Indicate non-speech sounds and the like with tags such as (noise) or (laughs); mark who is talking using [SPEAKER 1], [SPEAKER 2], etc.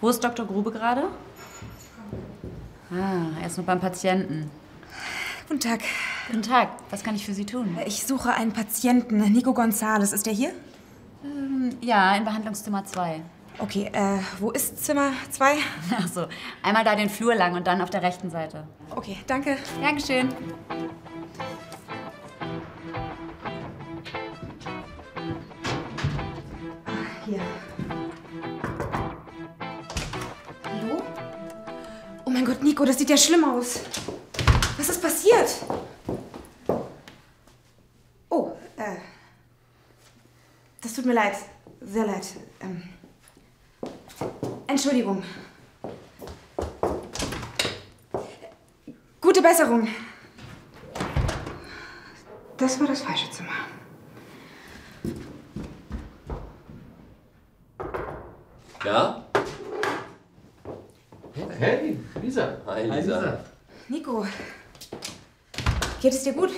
[SPEAKER 1] Wo ist Dr. Grube gerade? Ah, er ist noch beim Patienten.
[SPEAKER 2] Guten Tag.
[SPEAKER 1] Guten Tag, was kann ich für Sie tun?
[SPEAKER 2] Ich suche einen Patienten. Nico Gonzales. Ist der hier?
[SPEAKER 1] Ja, in Behandlungszimmer (laughs) 2.
[SPEAKER 2] Okay, äh, wo ist Zimmer 2?
[SPEAKER 1] Ach so, Also, einmal da den Flur lang und dann auf der rechten Seite.
[SPEAKER 2] Okay, danke.
[SPEAKER 1] Dankeschön.
[SPEAKER 2] Hier. Hallo? Oh mein Gott, Nico, das sieht ja schlimm aus. Was ist passiert? Oh, äh. Das tut mir leid. Sehr leid. Ähm, Entschuldigung. Gute Besserung. Das war das falsche Zimmer.
[SPEAKER 3] Ja?
[SPEAKER 4] Hey, Lisa.
[SPEAKER 3] Hi, Lisa.
[SPEAKER 2] Nico, geht es dir gut?